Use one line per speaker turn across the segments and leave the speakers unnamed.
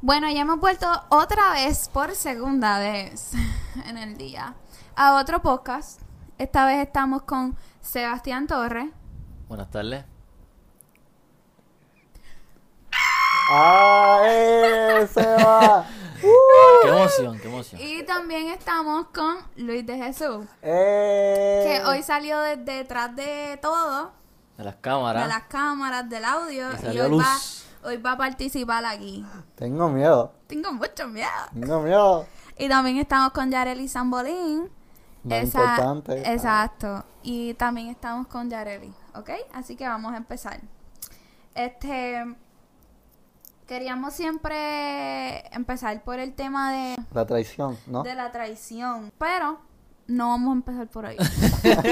Bueno, ya hemos vuelto otra vez, por segunda vez en el día, a otro podcast. Esta vez estamos con Sebastián Torres.
Buenas tardes.
¡Ay, se Ah, va!
Qué emoción, qué emoción.
Y también estamos con Luis de Jesús,
¡Eh!
que hoy salió de- detrás de todo,
De las
de
cámaras.
las cámaras, del audio,
Y
y
salió
hoy
luz.
va, hoy va a participar aquí.
Tengo miedo,
Tengo mucho miedo.
tengo miedo.
Y también estamos con Yareli Zambolín.
Lo importante. ah.
Exacto. Y también estamos con Yareli, ¿ok? Así que vamos a empezar. Este, queríamos siempre empezar por el tema de,
La traición, ¿no?
de la traición, pero no vamos a empezar por ahí.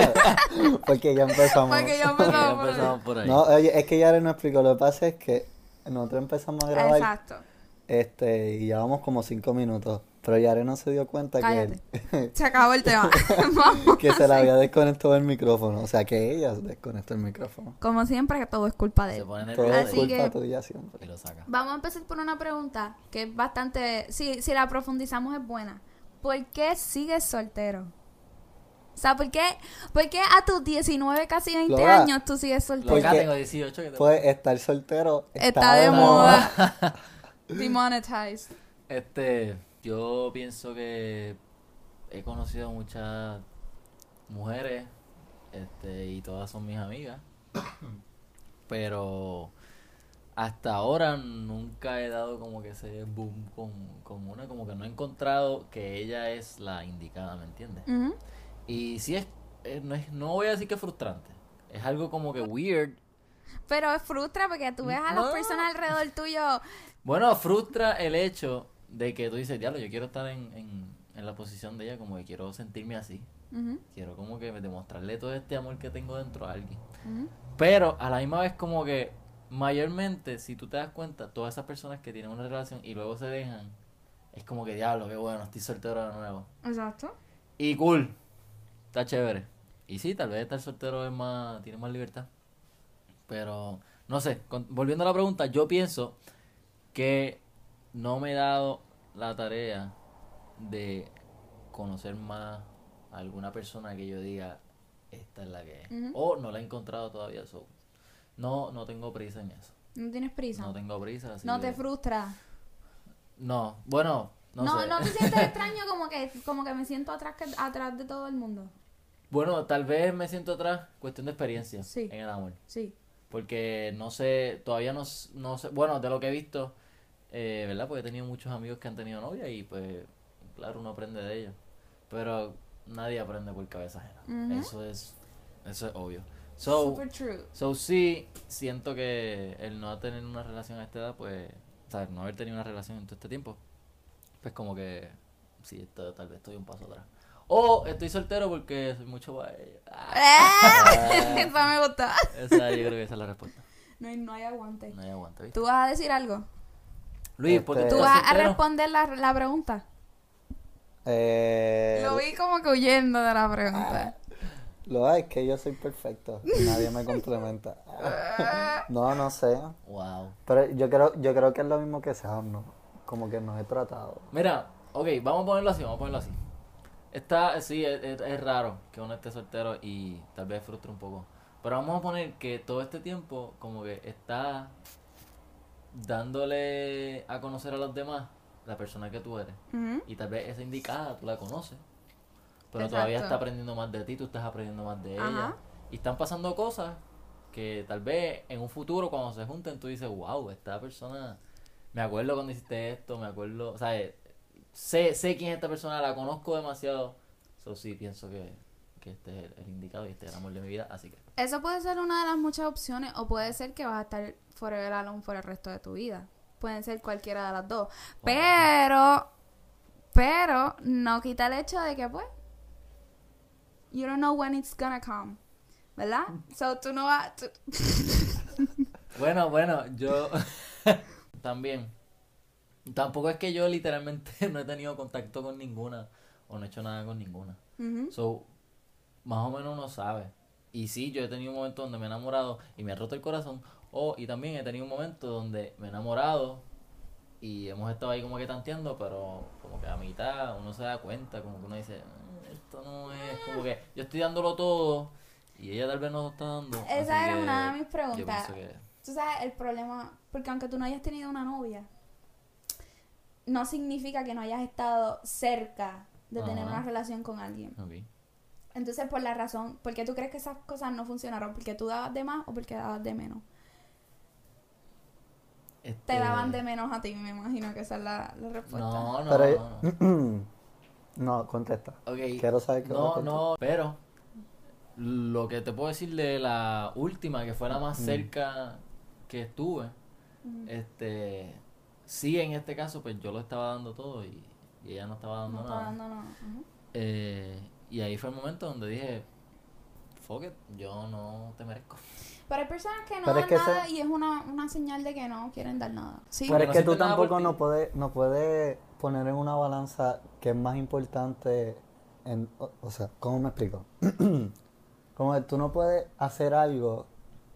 Porque ya empezamos.
Porque ya
Ya
empezamos por ahí.
empezamos por ahí.
No, oye, es que ya no explicó. Lo que pasa es que nosotros empezamos a grabar
Exacto.
este y llevamos como cinco minutos. Pero Yare no se dio cuenta que, él-
Se acabó el tema. vamos.
que se le había desconectado el micrófono. O sea, que ella desconectó el micrófono.
Como siempre, que todo es culpa de
Se
él.
pone
Todo
nervioso
es
Así
y-
culpa
que-
tuya siempre.
y lo saca.
Vamos a empezar por una pregunta que es bastante. Si, si la profundizamos, es buena. ¿Por qué sigues soltero? O sea, ¿por qué, por qué a tus 19, casi 20
Lola,
años tú sigues
Lo
soltero?
acá
Porque-
tengo 18 que te-
Pues estar soltero
Está, de moda. Demonetized.
Este, yo pienso que he conocido muchas mujeres, este, y todas son mis amigas. Pero hasta ahora nunca he dado como que ese boom con, con una, como que no he encontrado que ella es la indicada, ¿me entiendes?
Ujú.
Y sí es, eh, no es, no voy a decir que es frustrante. Es algo como que weird.
Pero es frustra porque tú ves a las
No.
personas alrededor tuyo.
Bueno, frustra el hecho de que tú dices, diablo, yo quiero estar en, en, en la posición de ella, como que quiero sentirme así.
Ujú,
Quiero como que demostrarle todo este amor que tengo dentro a alguien.
ujú.
Pero a la misma vez como que mayormente, si tú te das cuenta, todas esas personas que tienen una relación y luego se dejan, es como que diablo, qué bueno, estoy soltero de nuevo.
Exacto.
Y cool. Está chévere. Y sí, tal vez estar soltero es más, tiene más libertad. Pero, no sé, con- volviendo a la pregunta, yo pienso que no me he dado la tarea de conocer más a alguna persona que yo diga, esta es la que es.
Ujú.
O no la he encontrado todavía. so, No, no tengo prisa en eso.
No tienes prisa.
No
No,
tengo prisa. así
te
que-
frustra.
No, bueno, no,
No, no,
sé.
te sientes extraño como que, como que me siento atrás, que- atrás de todo el mundo.
Bueno, tal vez me siento atrás, cuestión de experiencia
Sí.
en el amor.
Sí.
Porque no sé, todavía no, s- no sé, bueno, de lo que he visto, eh, ¿verdad? Porque he tenido muchos amigos que han tenido novia y pues, claro, uno aprende de ellos. Pero nadie aprende por cabeza ajena.
Ujú.
Eso es, eso es obvio. So,
Super true.
so sí, siento que el no tener una relación a esta edad, pues, o sea, no haber tenido una relación en todo este tiempo, pues como que, sí, esto- tal vez estoy un paso atrás. O estoy soltero porque soy mucho para ella. Ah,
¡Eh! Esa me gusta.
esa, yo creo que esa es la respuesta.
No hay, no hay aguante.
No hay aguante, ¿viste?
¿Tú vas a decir algo?
Luis, ¿por qué
Este-
¿Tú
estás
vas a
soltero?
responder la, la pregunta?
Eh,
Lo vi como que huyendo de la pregunta.
Lo hay, es que yo soy perfecto. y Nadie me complementa. No, no sé.
Wow.
Pero yo creo, yo creo que es lo mismo que Sam, ¿no? Como que nos he tratado.
Mira, ok, vamos a ponerlo así, vamos a ponerlo así. Está, sí, es, es- es raro que uno esté soltero y tal vez frustre un poco. Pero vamos a poner que todo este tiempo como que está dándole a conocer a los demás la persona que tú eres.
Ujú.
Y tal vez esa indicada tú la conoces. Pero todavía
Exacto.
está aprendiendo más de ti, tú estás aprendiendo más de
Ajá.
ella. Y están pasando cosas que tal vez en un futuro cuando se junten tú dices, wow, esta persona, me acuerdo cuando hiciste esto, me acuerdo, o sea, eh, sé, sé quién es esta persona, la conozco demasiado. So sí, pienso que, que este es el, el indicado y este es el amor de mi vida, así que...
Eso puede ser una de las muchas opciones o puede ser que vas a estar forever alone por el resto de tu vida. Pueden ser cualquiera de las dos. Pero, pero, no quita el hecho de que, pues, you don't know when it's gonna come. ¿Verdad? So, tú no vas... tú-
Bueno, bueno, yo también. Tampoco es que yo literalmente no he tenido contacto con ninguna o no he hecho nada con ninguna.
Ujú.
So, más o menos uno sabe. Y sí, yo he tenido un momento donde me he enamorado y me ha roto el corazón. O, y también he tenido un momento donde me he enamorado y hemos estado ahí como que tanteando, pero como que a mitad uno se da cuenta, como que uno dice, "Mm, esto no es, como que yo estoy dándolo todo y ella tal vez no lo está dando.
Esa
así
era
que
una de mis
yo
preguntas.
pienso que-
Tú sabes, el problema, porque aunque tú no hayas tenido una novia, no significa que no hayas estado cerca de tener
Ajá.
una relación con alguien.
ok.
Entonces, por la razón, ¿por qué tú crees que esas cosas no funcionaron? ¿Porque tú dabas de más o porque dabas de menos? Te
Este,
daban de pues, menos a ti, me imagino que esa es la, la respuesta.
No, no,
Pero,
no, no.
no, contesta.
Ok.
Quiero saber qué
No,
va a
no, pero lo que te puedo decir de la última, que fue la
Mm.
más cerca que estuve,
Mm.
este, sí, en este caso, pues yo lo estaba dando todo y, y ella no estaba
No
dando
está
nada.
dando nada. Ujú.
Eh, y ahí fue el momento donde dije, fuck it, yo no te merezco.
Pero hay personas que no
Pero es
dan
que
nada
ese-
y es una, una señal de que no quieren dar nada. Sí.
Pero
Porque
es
no
que tú
sientes nada por
tampoco
ti.
no puedes, no puedes poner en una balanza que es más importante en, o, o sea, ¿cómo me explico? Como que tú no puedes hacer algo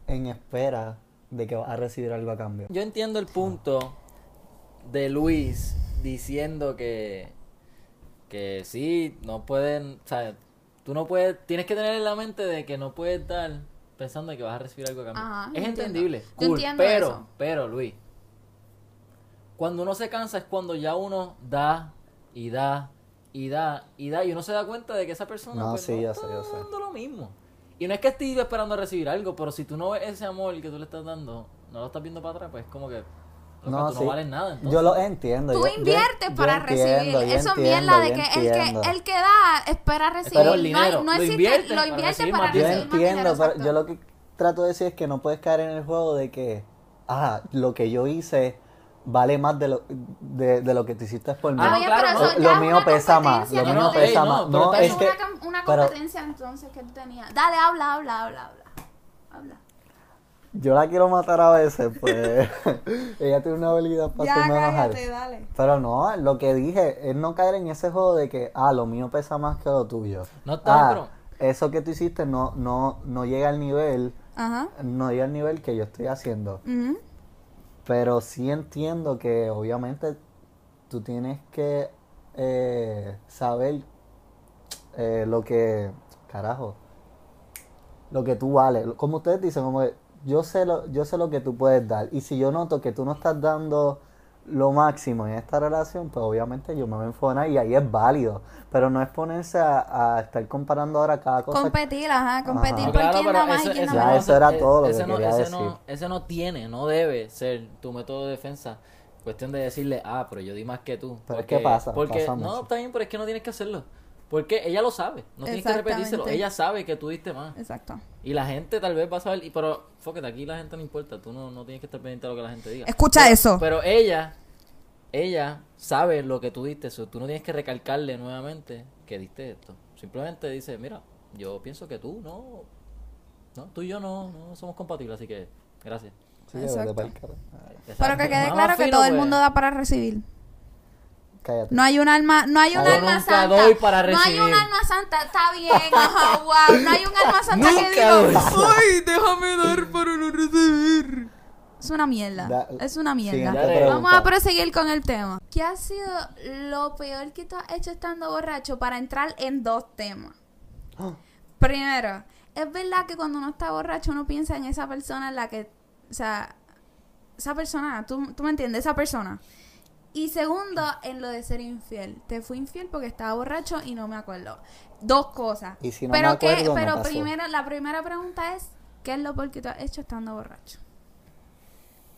en espera de que vas a recibir algo a cambio.
Yo entiendo el punto de Luis diciendo que, que sí, no pueden, o sea, tú no puedes, tienes que tener en la mente de que no puedes dar pensando que vas a recibir algo a cambio.
Ajá,
es
yo entiendo.
entendible,
Yo
cool,
entiendo
pero,
eso.
pero Luis, cuando uno se cansa es cuando ya uno da y da y da y da y uno se da cuenta de que esa persona
No,
pues,
sí, yo sé,
está
yo sé.
dando lo mismo. Y no es que estés esperando a recibir algo, pero si tú no ves ese amor que tú le estás dando, no lo estás viendo para atrás, pues es como que loca,
No,
tú
sí.
no vales nada. Entonces.
Yo lo entiendo.
Tú
yo- yo-
inviertes
yo
para
entiendo,
recibir.
yo
Eso es
entiendo,
mierda de
yo
que el,
entiendo.
que el que da espera recibir.
Pero el
no, hay-
dinero,
no
lo
existe.
inviertes
lo
para
inviertes
recibir
para
más
Yo
recibir.
dinero.
más dinero,
entiendo, pero
exacto.
yo lo que trato de decir es que no puedes caer en el juego de que, ah, lo que yo hice vale más de lo, de, de lo que tú hiciste por mí.
Ah,
Oye,
claro,
pero
no.
eso ya
Lo
es
mío
una
pesa más,
competencia,
lo
No,
mío
no,
entonces.
pesa
ey,
más.
no,
No,
pero
es
Es
que,
una, com- una
pero
competencia entonces que tú tenías. Dale, habla, habla, habla, habla. Habla.
yo la quiero matar a veces, pues. Ella tiene una habilidad para hacerme enojar.
dale.
Pero no, lo que dije es no caer en ese juego de que, ah, lo mío pesa más que lo tuyo.
No está,
Ah,
pero-
Eso que tú hiciste no, no, no llega al nivel,
Ajá.
no llega al nivel que yo estoy haciendo.
Ujú.
Pero sí entiendo que obviamente tú tienes que eh, saber eh, lo que, carajo, lo que tú vales. Como ustedes dicen, como que yo sé, lo, yo sé lo que tú puedes dar. Y si yo noto que tú no estás dando lo máximo en esta relación, pues obviamente yo me voy a enfocar y ahí es válido. Pero no es ponerse a, a estar comparando ahora cada cosa.
Competir, ajá, competir
Ajá.
por
Claro,
quién
pero
da más y
ese-
quién da
ese
Ya,
menos.
no-
eso era
e-
todo lo que
ese no-
quería
ese no-
decir.
ese no tiene, no debe ser tu método de defensa. Cuestión de decirle, ah, pero yo di más que tú.
Pero es que pasa,
Porque, no,
pasa mucho.
está bien, pero es que no tienes que hacerlo. Porque ella lo sabe, no tienes que
Exactamente.
repetírselo. Ella sabe que tú diste más.
Exacto.
Y la gente tal vez va a saber, y- pero fóquete, aquí la gente no importa, tú no, no tienes que estar pendiente a lo que la gente diga.
Escucha
Pero-
eso.
Pero ella, ella sabe lo que tú diste, so, tú no tienes que recalcarle nuevamente que diste esto. Simplemente dice, mira, yo pienso que tú no, no, tú y yo no, no somos compatibles, así que gracias.
Sí, vete
Exacto.
pa'l carajo.
Pero
Exacto.
que quede
Más
claro que
fino,
todo el
pues.
mundo da para recibir.
Cállate.
No hay un alma, no hay un
Yo
alma
nunca
santa.
doy para
No hay
recibir.
un alma santa, está bien, ajá, wow. No hay un alma santa que
Nunca doy.
diga, ay, déjame dar para no recibir. Es una mierda,
Da-
es una mierda.
Siguiente
Dale.
Vamos a
pregunta.
proseguir con el tema. ¿Qué ha sido lo peor que tú has hecho estando borracho para entrar en dos temas? Primero, es verdad que cuando uno está borracho uno piensa en esa persona en la que, o sea, esa persona, tú, tú me entiendes, esa persona. Y segundo, en lo de ser infiel. Te fui infiel porque estaba borracho y no me acuerdo. Dos cosas.
Y si no
pero
me acuerdo, me
pero
pasó.
primera, la primera pregunta es, ¿qué es lo peor que tú has hecho estando borracho?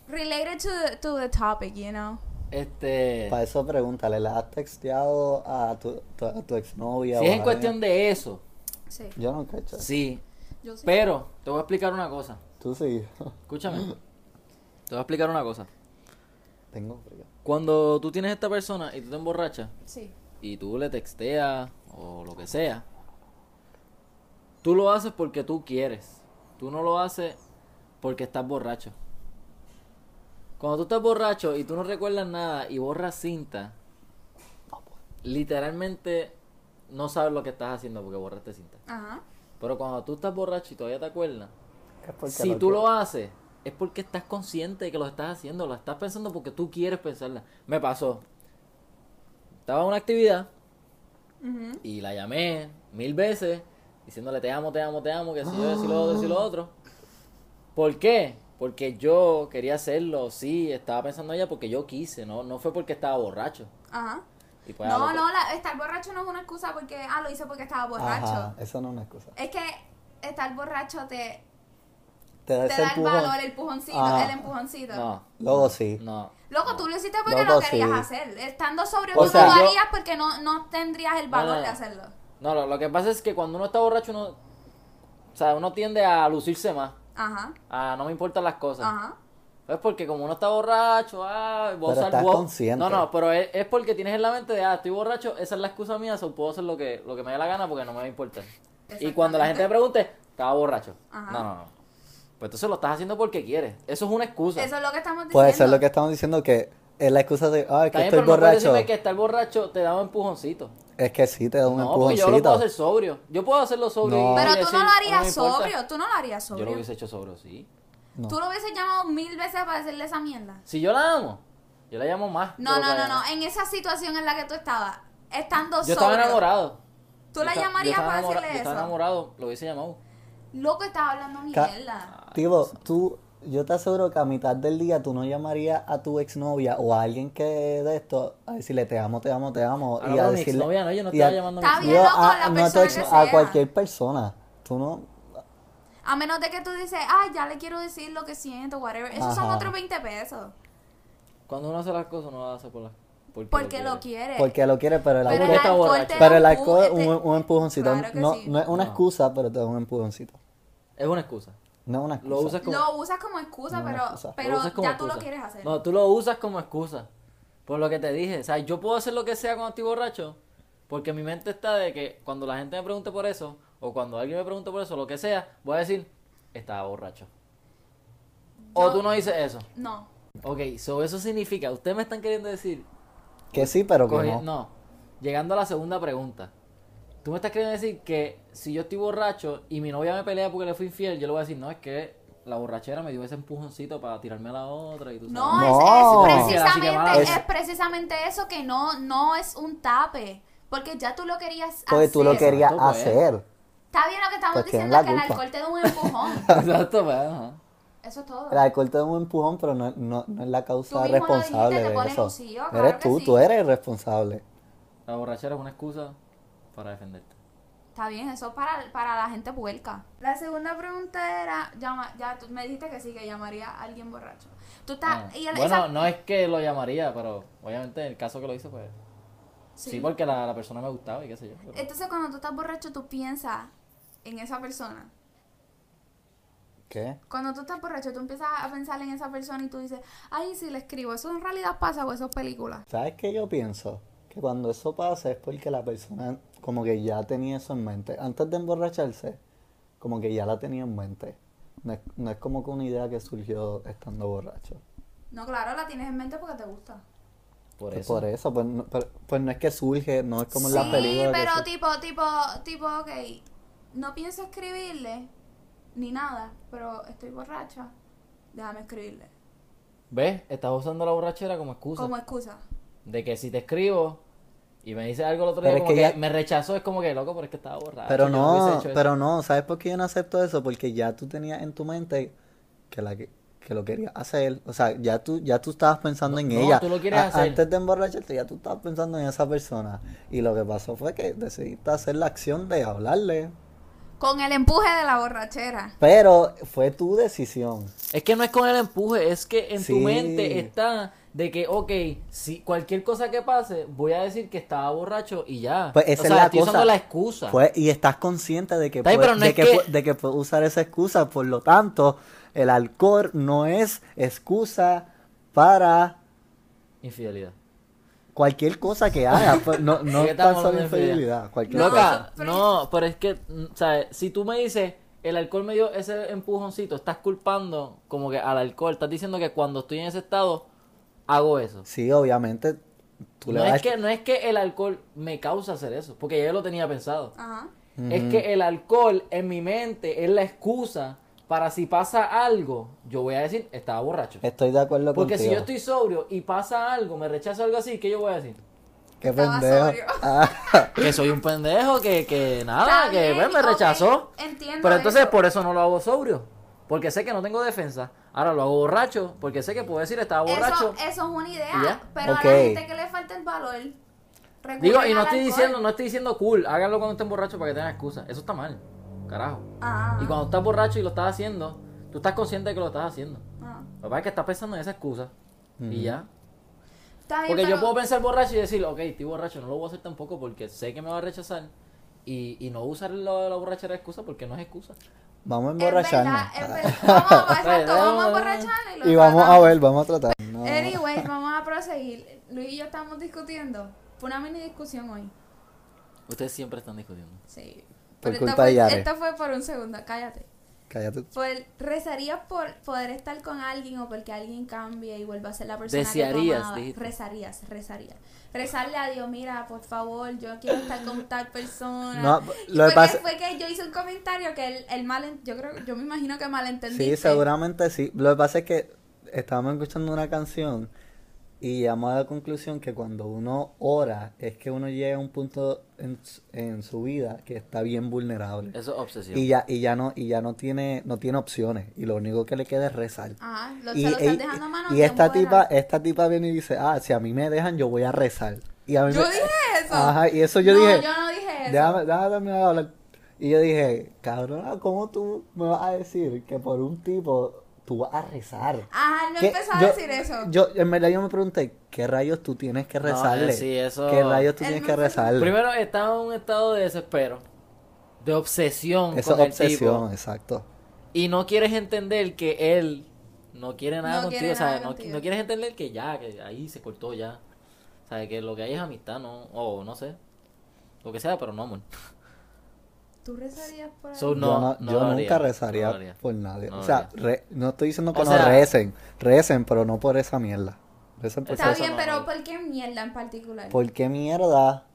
Related to the, to the topic, you know.
Este,
Para eso pregúntale, ¿la has texteado a tu, tu- a tu exnovia?
si
o
es
a
en cuestión de eso,
Sí.
alguien? Yo no cacho.
sí,
Yo sí.
pero te voy a explicar una cosa,
Tú sí.
escúchame, te voy a explicar una cosa.
Tengo frío.
Cuando tú tienes esta persona y tú te emborrachas,
Sí.
y tú le texteas o lo que sea, tú lo haces porque tú quieres. Tú no lo haces porque estás borracho. Cuando tú estás borracho y tú no recuerdas nada y borras cinta, literalmente no sabes lo que estás haciendo porque borraste cinta.
Ajá.
Pero cuando tú estás borracho y todavía te acuerdas,
Es porque
si
no
tú
quiero.
lo haces, es porque estás consciente de que lo estás haciendo, lo estás pensando porque tú quieres pensarla. Me pasó. Estaba en una actividad
Ujú.
y la llamé mil veces diciéndole te amo, te amo, te amo, que si yo, que si lo otro, que si
Ah.
lo otro. ¿Por qué? Porque yo quería hacerlo, sí, estaba pensando en ella porque yo quise, no, no fue porque estaba borracho.
Ajá.
Y pues, a
No,
lo-
no, la- estar borracho no es una excusa porque, ah, lo hice porque estaba borracho.
Ajá, eso no es una excusa.
Es que estar borracho te,
Te
te
da ese
da el
empujón.
valor, el empujoncito,
Ah.
el empujoncito.
No,
Luego sí.
no.
Loco, tú lo hiciste porque lo
Loco,
querías
sí.
hacer. Estando sobrio
O
tú
sea,
no
yo-
lo harías porque no, no tendrías el valor
no,
de
no.
hacerlo.
No, lo, lo que pasa es que cuando uno está borracho, uno, o sea, uno tiende a lucirse más,
Ajá,
a Ah, no me importan las cosas.
ajá.
Es porque como uno está borracho, ah, vos
Pero
sal-
estás
vos-
consciente.
No, no, pero es, es porque tienes en la mente de, ah, estoy borracho, esa es la excusa mía, so puedo hacer lo que, lo que me dé la gana porque no me va a importar. Y
Exactamente.
cuando la gente me pregunte, estaba borracho.
Ajá.
No, no, no. Pues entonces lo estás haciendo porque quieres. Eso es una excusa.
Eso es lo que estamos diciendo.
Puede ser lo que estamos diciendo que es la excusa de, ay, que
También,
estoy
pero no puedes
borracho.
decirme que estar borracho te da un empujoncito.
Es que sí, te da un
no, porque yo lo puedo
empujoncito.
hacer sobrio. Yo puedo hacerlo sobrio.
No.
y
Pero tú
decir,
no lo
me
harías
importa.
sobrio, tú no lo harías
Yo
sobrio.
lo hubiese hecho sobrio, sí.
No.
Tú lo hubieses llamado mil veces para decirle esa mierda.
Si yo la amo, yo la llamo más.
No,
de lo
no, no,
que la
no.
llamo.
En esa situación en la que tú estabas, estando
Yo estaba
sobrio,
enamorado.
tú
Yo
la
esta- yo
llamarías
estaba
para
enamora-
decirle eso.
Yo estaba enamorado, lo hubiese llamado.
Loco, estás hablando
Ca-
mierda.
Tibo, tú, yo te aseguro que a mitad del día tú no llamarías a tu exnovia o a alguien que de esto a decirle te amo, te amo, te amo.
Ah,
y
no,
a
pero mi
decirle.
exnovia no, yo no
y
estaba
a-
llamando a mi
Está
exnovia.
bien, loco, la
no a tu
persona
ex-
que
a
sea.
cualquier persona. Tú no.
A menos de que tú dices, ay, ya le quiero decir lo que siento, whatever. Esos son
Ajá.
otros 20 pesos.
Cuando uno hace las cosas, uno las hace por las. Porque,
Porque lo quiere.
Porque lo quieres, pero el
Pero
Porque
el
alcohol.
está
alcohol
borracho.
te da
Pero el
un
alcohol es
bu-
un,
te-
un empujoncito.
Claro que
no,
sí.
no es una
No.
excusa, pero te da un empujoncito.
Es una excusa.
No es una excusa.
Lo usas como.
Lo usas como excusa,
No,
pero,
o sea, lo
pero
usas como
ya tú lo
excusa.
quieres hacer.
No, tú lo usas como excusa. Por lo que te dije. O sea, yo puedo hacer lo que sea cuando estoy borracho. Porque mi mente está de que cuando la gente me pregunte por eso, o cuando alguien me pregunte por eso, lo que sea, voy a decir, estaba borracho. O
Yo-
tú no dices eso.
No.
Ok, so eso significa, ustedes me están queriendo decir,
Que sí, pero que
coge-
no.
no, llegando a la segunda pregunta. Tú me estás queriendo decir que si yo estoy borracho y mi novia me pelea porque le fui infiel, yo le voy a decir, no, es que la borrachera me dio ese empujoncito para tirarme a la otra y tú sabes.
No,
No.
Es, es
Así que- así que mala
precisamente,
vez.
es precisamente eso que no, no es un tape. Porque ya tú lo querías
Porque
hacer.
tú lo querías
Exacto, pues.
hacer.
Está bien lo que estamos
Pues tienen
diciendo,
la
que el
culpa.
alcohol te da un empujón.
Exacto, pues, ajá.
Eso es todo.
El alcohol te da un empujón, pero no, no, no es la causa
mismo lo
responsable
dijiste, te
de
pones
eso.
lucido, claro
eres
que
tú,
sí.
tú eres el responsable.
La borrachera es una excusa para defenderte.
Está bien, eso es para, para la gente puerca. La segunda pregunta era, llama, ya tú me dijiste que sí, que llamaría a alguien borracho. Tú estás...
Ah,
y el-
bueno,
esa-
no es que lo llamaría, pero obviamente en el caso que lo hice, pues. Sí,
Sí.
porque la, la persona me gustaba y qué sé yo. pero-
Entonces cuando tú estás borracho, tú piensas en esa persona.
¿Qué?
Cuando tú estás borracho, tú empiezas a pensar en esa persona y tú dices, ay, si le escribo, eso en realidad pasa o eso es película.
¿Sabes qué yo pienso? Que cuando eso pasa es porque la persona como que ya tenía eso en mente. Antes de emborracharse, como que ya la tenía en mente. No es, no es como que una idea que surgió estando borracho.
No, claro, la tienes en mente porque te gusta.
Por
Pues
eso.
Por eso, pues no, pero- pues no es que surge, no es como en
sí,
la película. que
pero
surge.
tipo, tipo, tipo, ok, no pienso escribirle ni nada, pero estoy borracha, déjame escribirle.
¿Ves? Estás usando la borrachera como excusa.
Como excusa.
De que si te escribo y me dices algo el otro
Pero
día,
es
como
que
que,
ya-
me rechazó, es como que loco, pero es que estaba borracho.
Pero
Ah, yo hubiese
no,
hecho eso".
pero no, ¿sabes por qué yo no acepto eso? Porque ya tú tenías en tu mente que la que, que lo querías hacer, o sea, ya tú ya tú estabas pensando en
no,
ella.
tú lo quieres
A-
hacer.
Antes de emborracharte ya tú estabas pensando en esa persona y lo que pasó fue que decidiste hacer la acción de hablarle,
Con el empuje de la borrachera.
pero fue tu decisión.
Es que no es con el empuje, es que en tu
Sí.
mente está de que, ok, si cualquier cosa que pase, voy a decir que estaba borracho y ya.
Pues
Ah, o
esa es
sea,
la
estoy
cosa.
usando la excusa.
Fue- y estás consciente de que
Está bien,
puede-
pero no
de
es
que
que-
pu- de que puedes usar esa excusa, por lo tanto, el alcohol no es excusa para
Infidelidad.
Cualquier cosa que hagas, pues, no, no
¿Qué estamos
tan solo
hablando de
infidelidad, cualquier
No,
cosa.
Loca, no, pero es que, mm, ¿sabes? Si tú me dices, el alcohol me dio ese empujoncito, estás culpando como que al alcohol, estás diciendo que cuando estoy en ese estado, hago eso.
Sí, obviamente, tú le
no,
vas
es que, no es que el alcohol me causa hacer eso, porque ya yo lo tenía pensado.
Ajá.
Ujú.
Es que el alcohol en mi mente es la excusa para si pasa algo, yo voy a decir, estaba borracho.
Estoy de acuerdo
Porque
contigo.
si yo estoy sobrio y pasa algo, me rechaza algo así, ¿qué yo voy a decir?
Qué
Estaba
pendejo.
sobrio.
Ah,
Que soy un pendejo, que, que nada,
Está
que
bien,
pues, me
ok,
rechazó.
entiendo
Pero entonces
eso.
por eso no lo hago sobrio. Porque sé que no tengo defensa. Ahora lo hago borracho, porque sé que puedo decir estaba borracho.
Eso, eso es una
¿Y
idea.
ya?
Pero
Ok.
a la gente que le falta el valor. recurren
Digo, y no
al
estoy
alcohol.
diciendo, no estoy diciendo cool, háganlo cuando estén borrachos para que tengan excusa. Eso está mal. Carajo.
Ah,
Y cuando estás borracho y lo estás haciendo, tú estás consciente de que lo estás haciendo.
ah.
Lo que pasa es que estás pensando en esa excusa. Y ya.
Está bien,
Porque yo
pero-
puedo pensar borracho y decir, ok, estoy borracho, no lo voy a hacer tampoco porque sé que me va a rechazar. Y, y no usar lo de la borrachera de excusa porque no es excusa.
Vamos a
Es verdad,
emborracharnos.
es verdad. Vamos, a- exacto,
Dale,
vamos a
dale, dale.
emborracharnos y lo
Y vamos a
tratamos.
ver, vamos a tratar. No.
Anyways, vamos a proseguir. Luis y yo estamos discutiendo. Fue una mini discusión hoy.
Ustedes siempre están discutiendo.
Sí.
Por
esto,
culpa
fue,
de Yare.
esto fue por un segundo, cállate.
Cállate.
Pues rezarías por poder estar con alguien o porque alguien cambie y vuelva a ser la persona que tú
Desearías,
amabas.
dijiste.
Rezarías, rezarías. Rezarle a Dios, mira, por favor, yo quiero estar con tal persona.
No,
Y
lo que
fue
pasa-
fue que yo hice un comentario que el, el malen- yo creo, yo me imagino que malentendí.
Sí, seguramente sí. Lo que pasa es que estábamos escuchando una canción y llegamos a la conclusión que cuando uno ora es que uno llega a un punto en, s- en su vida que está bien vulnerable.
Eso es obsesión.
Y ya, y ya no, y ya no tiene, no tiene opciones. Y lo único que le queda es rezar.
Ajá, Ah, lo,
y
se lo
ey-
estás dejando a mano.
y
de
esta
quien
tipa, eh,
fuera.
esta tipa viene y dice, ah, si a mí me dejan, yo voy a rezar. Y a mí
Yo
me-
dije eso.
Ajá, y eso yo
no,
dije,
yo no dije eso.
Déjame, déjame terminar de hablar. Y yo dije, cabrona, ¿cómo tú me vas a decir que por un tipo tú vas a rezar?
Ajá, él me
¿Qué-
Ah, empezó a
yo-
decir eso.
Yo, en verdad, yo me pregunté, ¿qué rayos tú tienes que rezarle?
eh, sí, eso-
¿Qué rayos tú
Él
tienes
me
que
empezó-
rezarle?
Primero está en un estado de desespero, de obsesión
Eso
con
es
el
obsesión,
tipo.
exacto.
Y no quieres entender que él no quiere nada
No
contigo,
quiere
¿sabes?
nada
No-
contigo.
No, quieres entender que ya, que ahí se cortó ya. ¿Sabes? Que lo que hay es amistad, ¿no? O no sé. Lo que sea, pero no, amor.
¿Tú rezarías por
So,
alguien?
No,
yo no-
no
yo
lo haría,
nunca rezaría
no lo haría,
por nadie.
no lo
o sea,
haría.
re- no estoy diciendo que
O
no
sea-
recen. Recen, pero no por esa mierda. Recen por
Está
eso
bien,
no-
pero ¿por qué mierda en particular?
¿Por qué mierda?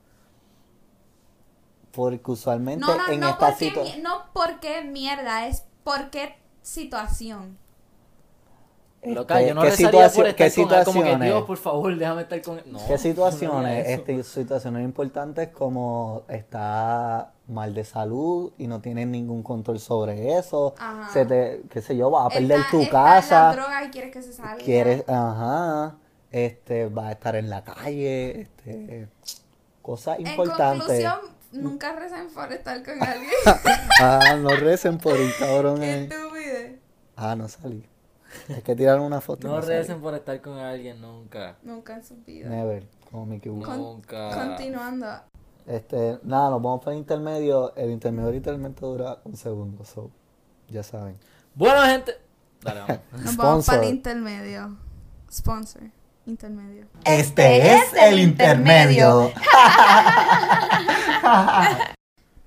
Porque usualmente
no, no,
en
no,
esta
por qué
situ-
mi- no por qué mierda, es por qué situación.
Loca,
Este,
yo no
¿qué
rezaría por
situación-
estar
qué
con él, como que
situaciones?
Dios, por favor, déjame estar con él. No, yo no
¿Qué
haría
situaciones?
eso.
Este, situaciones importantes como está mal de salud y no tienes ningún control sobre eso.
Ajá.
Se te, qué sé yo, vas a perder
Está-
tu
está en
casa.
las drogas y quieres que se salga.
Quieres, ajá. Este, vas a estar en la calle. Este, cosas
En
importantes.
conclusión, nunca recen por estar con alguien.
ah, no recen por un cabrón.
qué
ahí.
estúpido.
Ah, no salí. Es que tiraron una foto. y
No
salí.
recen por estar con alguien nunca.
Nunca en su vida.
Never, como Mickey Mouse.
Con-
Ah.
Nunca.
Continuando.
Este, nada, nos vamos para el intermedio. El intermedio literalmente dura un segundo, so, ya saben.
Bueno, gente. Dale, vamos.
Nos vamos para el
Sponsor.
intermedio. Sponsor. Intermedio.
Este es el intermedio.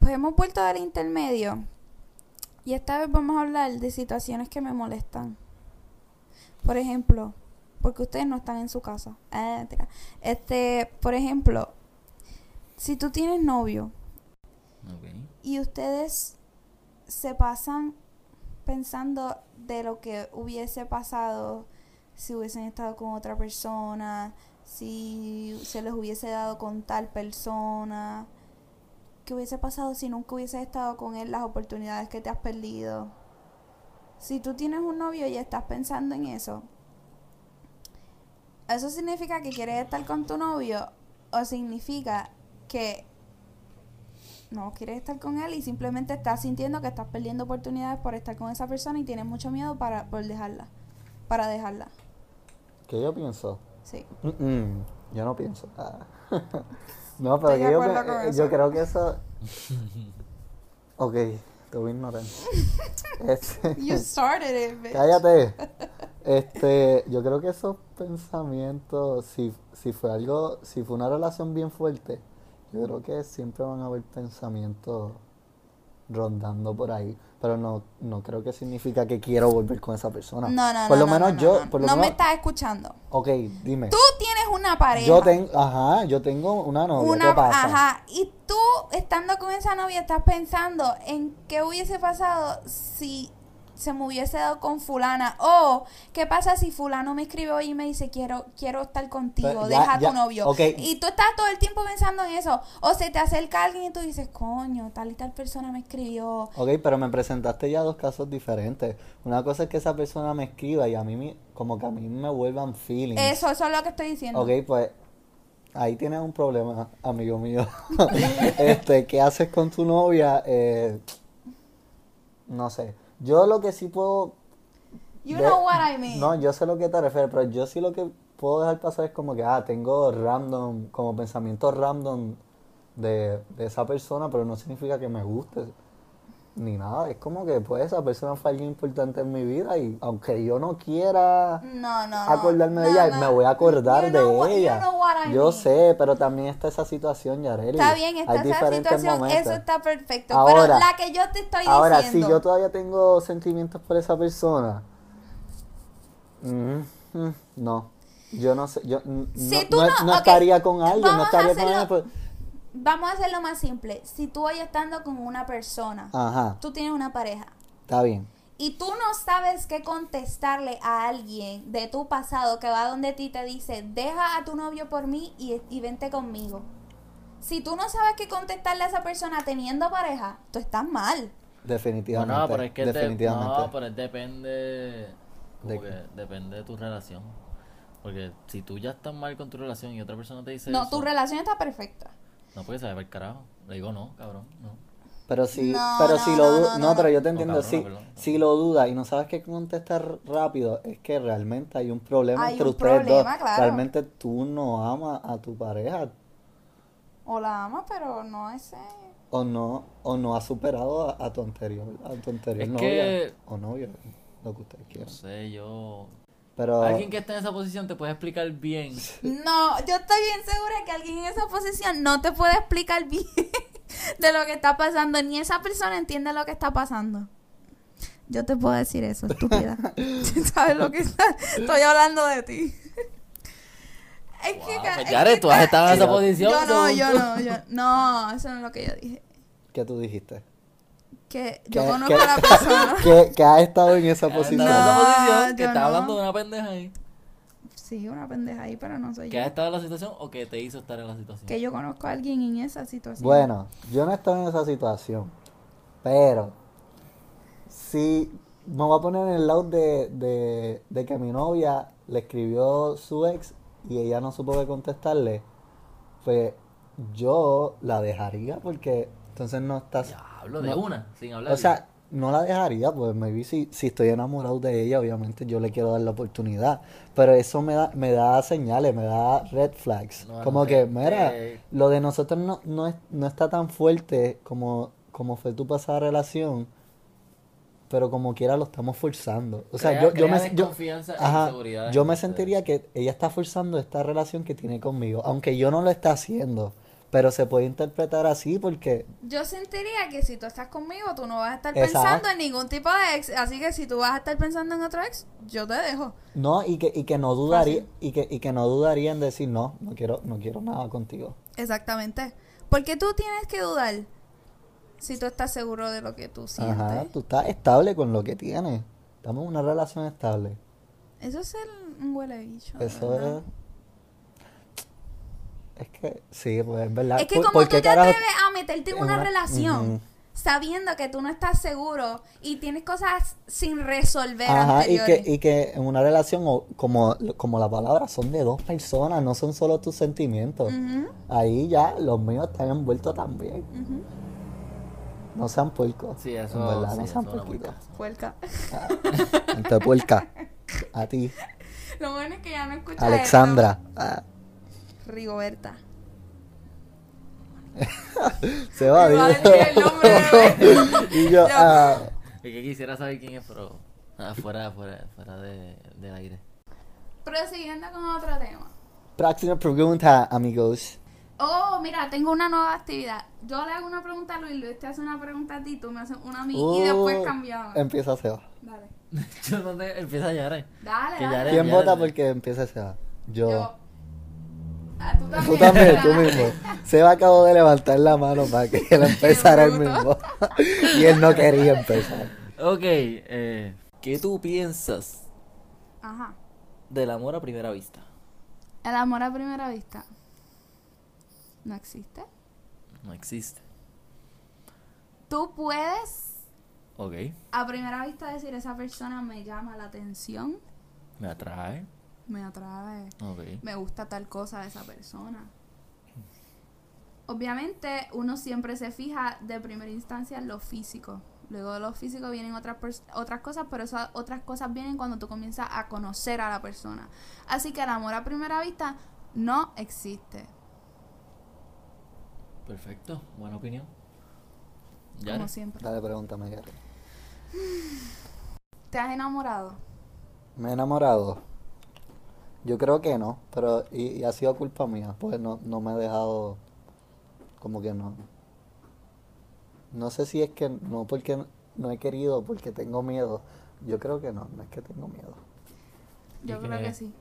Pues hemos vuelto del intermedio. Y esta vez vamos a hablar de situaciones que me molestan. Por ejemplo, porque ustedes no están en su casa. Ah, mentira. Este, por ejemplo, si tú tienes novio
Ok.
y ustedes se pasan pensando de lo que hubiese pasado si hubiesen estado con otra persona, si se les hubiese dado con tal persona, qué hubiese pasado si nunca hubieses estado con él, las oportunidades que te has perdido. Si tú tienes un novio y estás pensando en eso, ¿eso significa que quieres estar con tu novio o significa que no quieres estar con él y simplemente estás sintiendo que estás perdiendo oportunidades por estar con esa persona y tienes mucho miedo para por dejarla, para dejarla.
¿Qué yo pienso?
Sí.
Mm-mm, yo no pienso. Ah. no, pero
Estoy de
que yo,
acuerdo
pe-
con
eh,
eso.
yo creo que eso... Ok, te voy a ignorar. Este-
You started it, bitch.
Cállate. Este, yo creo que esos pensamientos, si, si fue algo, si fue una relación bien fuerte, yo creo que siempre van a haber pensamientos rondando por ahí. Pero no, no creo que significa que quiero volver con esa persona.
No, no, no.
Por lo
no,
menos
no,
yo,
no.
por lo
No
menos-
me estás escuchando.
Ok, dime.
Tú tienes una pareja.
Yo tengo, ajá, yo tengo una novia,
una,
¿qué pasa?
Ajá. Y tú, estando con esa novia, estás pensando en qué hubiese pasado si se me hubiese dado con fulana. O, ¿qué pasa si fulano me escribe hoy y me dice quiero, quiero estar contigo,
Pero ya-
deja a
ya,
tu novio?
ok.
Y tú estás todo el tiempo pensando en eso. O se te acerca alguien y tú dices, coño, tal y tal persona me escribió.
Ok, pero me presentaste ya dos casos diferentes. Una cosa es que esa persona me escriba y a mí, me- como que a mí me vuelvan feelings.
Eso, eso es lo que estoy diciendo.
Ok, pues ahí tienes un problema, amigo mío. este, ¿qué haces con tu novia? Eh, no sé. Yo lo que sí puedo.
You
de-
know what I mean.
No, yo sé lo que te refieres, pero yo sí lo que puedo dejar pasar es como que, ah, tengo random, como pensamientos random de, de esa persona, pero no significa que me guste ni nada. Es como que, pues, esa persona fue alguien importante en mi vida y aunque yo no quiera
no, no, no.
acordarme
No,
de ella,
no.
me voy a acordar
You
de
know what- you
ella.
know what I
Yo
mean.
sé, pero también está esa situación, Yareli.
Está bien, está
Hay
esa
diferentes
situación,
momentos.
eso está perfecto. pero
Ahora-
la que yo te estoy
Ahora,
diciendo.
si yo todavía tengo sentimientos por esa persona, mm, mm, no. Yo no sé, yo mm,
Si
no,
tú
no-
no-
no
ok,
estaría con alguien, no
vamos a
estaría con
hacerlo-
alguien. pues-
Vamos a hacerlo más simple. Si tú hoy estando con una persona,
Ajá,
tú tienes una pareja
está bien.
y tú no sabes qué contestarle a alguien de tu pasado que va donde ti y te dice, deja a tu novio por mí y, y vente conmigo. Si tú no sabes qué contestarle a esa persona teniendo pareja, tú estás mal.
Definitivamente.
Bueno, pero es que de-
definitivamente.
no, pero es depende. como
¿De
que depende de tu relación. Porque si tú ya estás mal con tu relación y otra persona te dice.
No,
eso,
tu relación está perfecta.
No puedes saber el carajo. Le digo no, cabrón. No.
Pero si,
No,
pero
no,
si lo
no,
du-
no, no,
pero yo te
No,
entiendo,
cabrona,
si,
perdón.
si lo dudas y no sabes qué contestar rápido, es que realmente hay un problema
Hay
entre
un
ustedes
problema,
dos.
claro.
Realmente tú no amas a tu pareja
O la amas, pero no eh, ese...
o no o no has superado a, a tu anterior, a tu anterior
Es
novia
que-
o novio, lo que ustedes
No
quieran.
sé, yo.
Pero
Alguien que esté en esa posición te puede explicar bien.
No, yo estoy bien segura que alguien en esa posición no te puede explicar bien de lo que está pasando, ni esa persona entiende lo que está pasando. Yo te puedo decir eso, estúpida. ¿Sabes lo que está? Estoy hablando de ti. Es
Wow,
que,
pues,
Ah, es
Yare,
que
tú has estado en esa
Yo-
posición.
yo no,
según
yo
tú.
no, yo no, eso no es lo que yo dije.
¿qué tú dijiste?
Que yo
¿Qué-
conozco
qué-
a la persona.
Que, que ha estado en esa
Has
posición.
estado en esa
No,
posición que
yo
está
no.
hablando de una pendeja ahí.
Sí, una pendeja ahí, pero no soy
¿Que has
yo.
estado en la situación o que te hizo estar en la situación?
Que yo conozco a alguien en esa situación.
Bueno, yo no estaba en esa situación, pero si me voy a poner en el lado de, de- de que mi novia le escribió su ex y ella no supo qué contestarle, pues yo la dejaría porque entonces no estás...
Diablo, de
no-
una, sin hablar.
O sea, no la dejaría, pues maybe si, si estoy enamorado de ella, obviamente yo le quiero dar la oportunidad. Pero eso me da, me da señales, me da red flags.
No,
como
no,
que,
te- eh.
mira,
te-
lo de nosotros no, no, es- no está tan fuerte como, como fue tu pasada relación, pero como quiera lo estamos forzando. O sea,
Crea-
yo, yo
crea
me... Yo,
desconfianza e
ajá,
inseguridad
yo
en
me
ustedes.
sentiría que ella está forzando esta relación que tiene conmigo, aunque yo no lo está haciendo. Pero se puede interpretar así porque
Yo sentiría que si tú estás conmigo, tú no vas a estar
Exacto.
pensando en ningún tipo de ex. Así que si tú vas a estar pensando en otro ex, yo te dejo.
No, y que, y que no dudaría,
Fácil.
y que, y que no dudaría en decir no, no quiero, no quiero nada contigo.
Exactamente. Porque tú tienes que dudar si tú estás seguro de lo que tú sientes.
Ajá, tú estás estable con lo que tienes. Estamos en una relación estable.
Eso es el, un huele bicho. de
Eso
verdad.
es. Es que, sí, pues es verdad.
Es que
Por-
como
¿por
tú
qué
te
carajo-
atreves a meterte en
en
una,
una-
relación
Ujú.
sabiendo que tú no estás seguro y tienes cosas sin resolver
Ajá, y que,
anteriores.
y que en una relación, o- como, como la palabra, son de dos personas, no son solo tus sentimientos.
Ujú,
Ahí ya los míos están envueltos también.
ujú.
No sean puercos.
Sí, eso.
En verdad,
sí,
no
eso
sean
es una
puerquitos.
puerca.
Puerca.
Entonces, puerca. A ti,
Lo bueno es que ya no escuchas esto.
Alexandra. Ah,
Rigoberta.
se va,
Iba a
dilo.
decir el nombre de-
Y yo,
Yo-
ah,
Es que quisiera saber quién es, pero. ah, fuera, fuera, fuera de, del aire.
Prosiguiendo con otro tema.
próxima pregunta, amigos.
Oh, mira, tengo una nueva actividad. Yo le hago una pregunta a Luis, Luis te hace una pregunta a ti, tú me haces una a mí y
Uh,
después cambiamos.
Empieza Seba.
Dale.
Yo no sé, empieza a llorar.
Dale,
Que ya
dale.
eres-
¿Quién vota
ya-
porque empieza Seba? Yo.
Yo. Ah, tú también.
Tú también,
¿verdad?
tú mismo. Seba acabó de levantar la mano para que él empezara el
bruto.
mismo. y él no quería empezar.
Ok, eh, ¿qué tú piensas
Ajá.
del amor a primera vista?
El amor a primera vista. No existe.
No existe.
Tú puedes
Ok,
a primera vista decir esa persona me llama la atención,
me atrae.
me atrae,
Ok.
me gusta tal cosa de esa persona. Obviamente uno siempre se fija de primera instancia en lo físico. Luego de lo físico vienen otras, pers- otras cosas, pero esas otras cosas vienen cuando tú comienzas a conocer a la persona. Así que el amor a primera vista no existe.
Perfecto, buena opinión.
Como
Yare.
siempre.
Dale, pregúntame, Gary.
¿Te has enamorado?
¿Me he enamorado? Yo creo que no, pero y, y ha sido culpa mía, pues no, no me he dejado, como que no. No sé si es que no porque no he querido, porque tengo miedo. Yo creo que no, no es que tengo miedo.
Yo
¿Y
creo
qué?
que sí.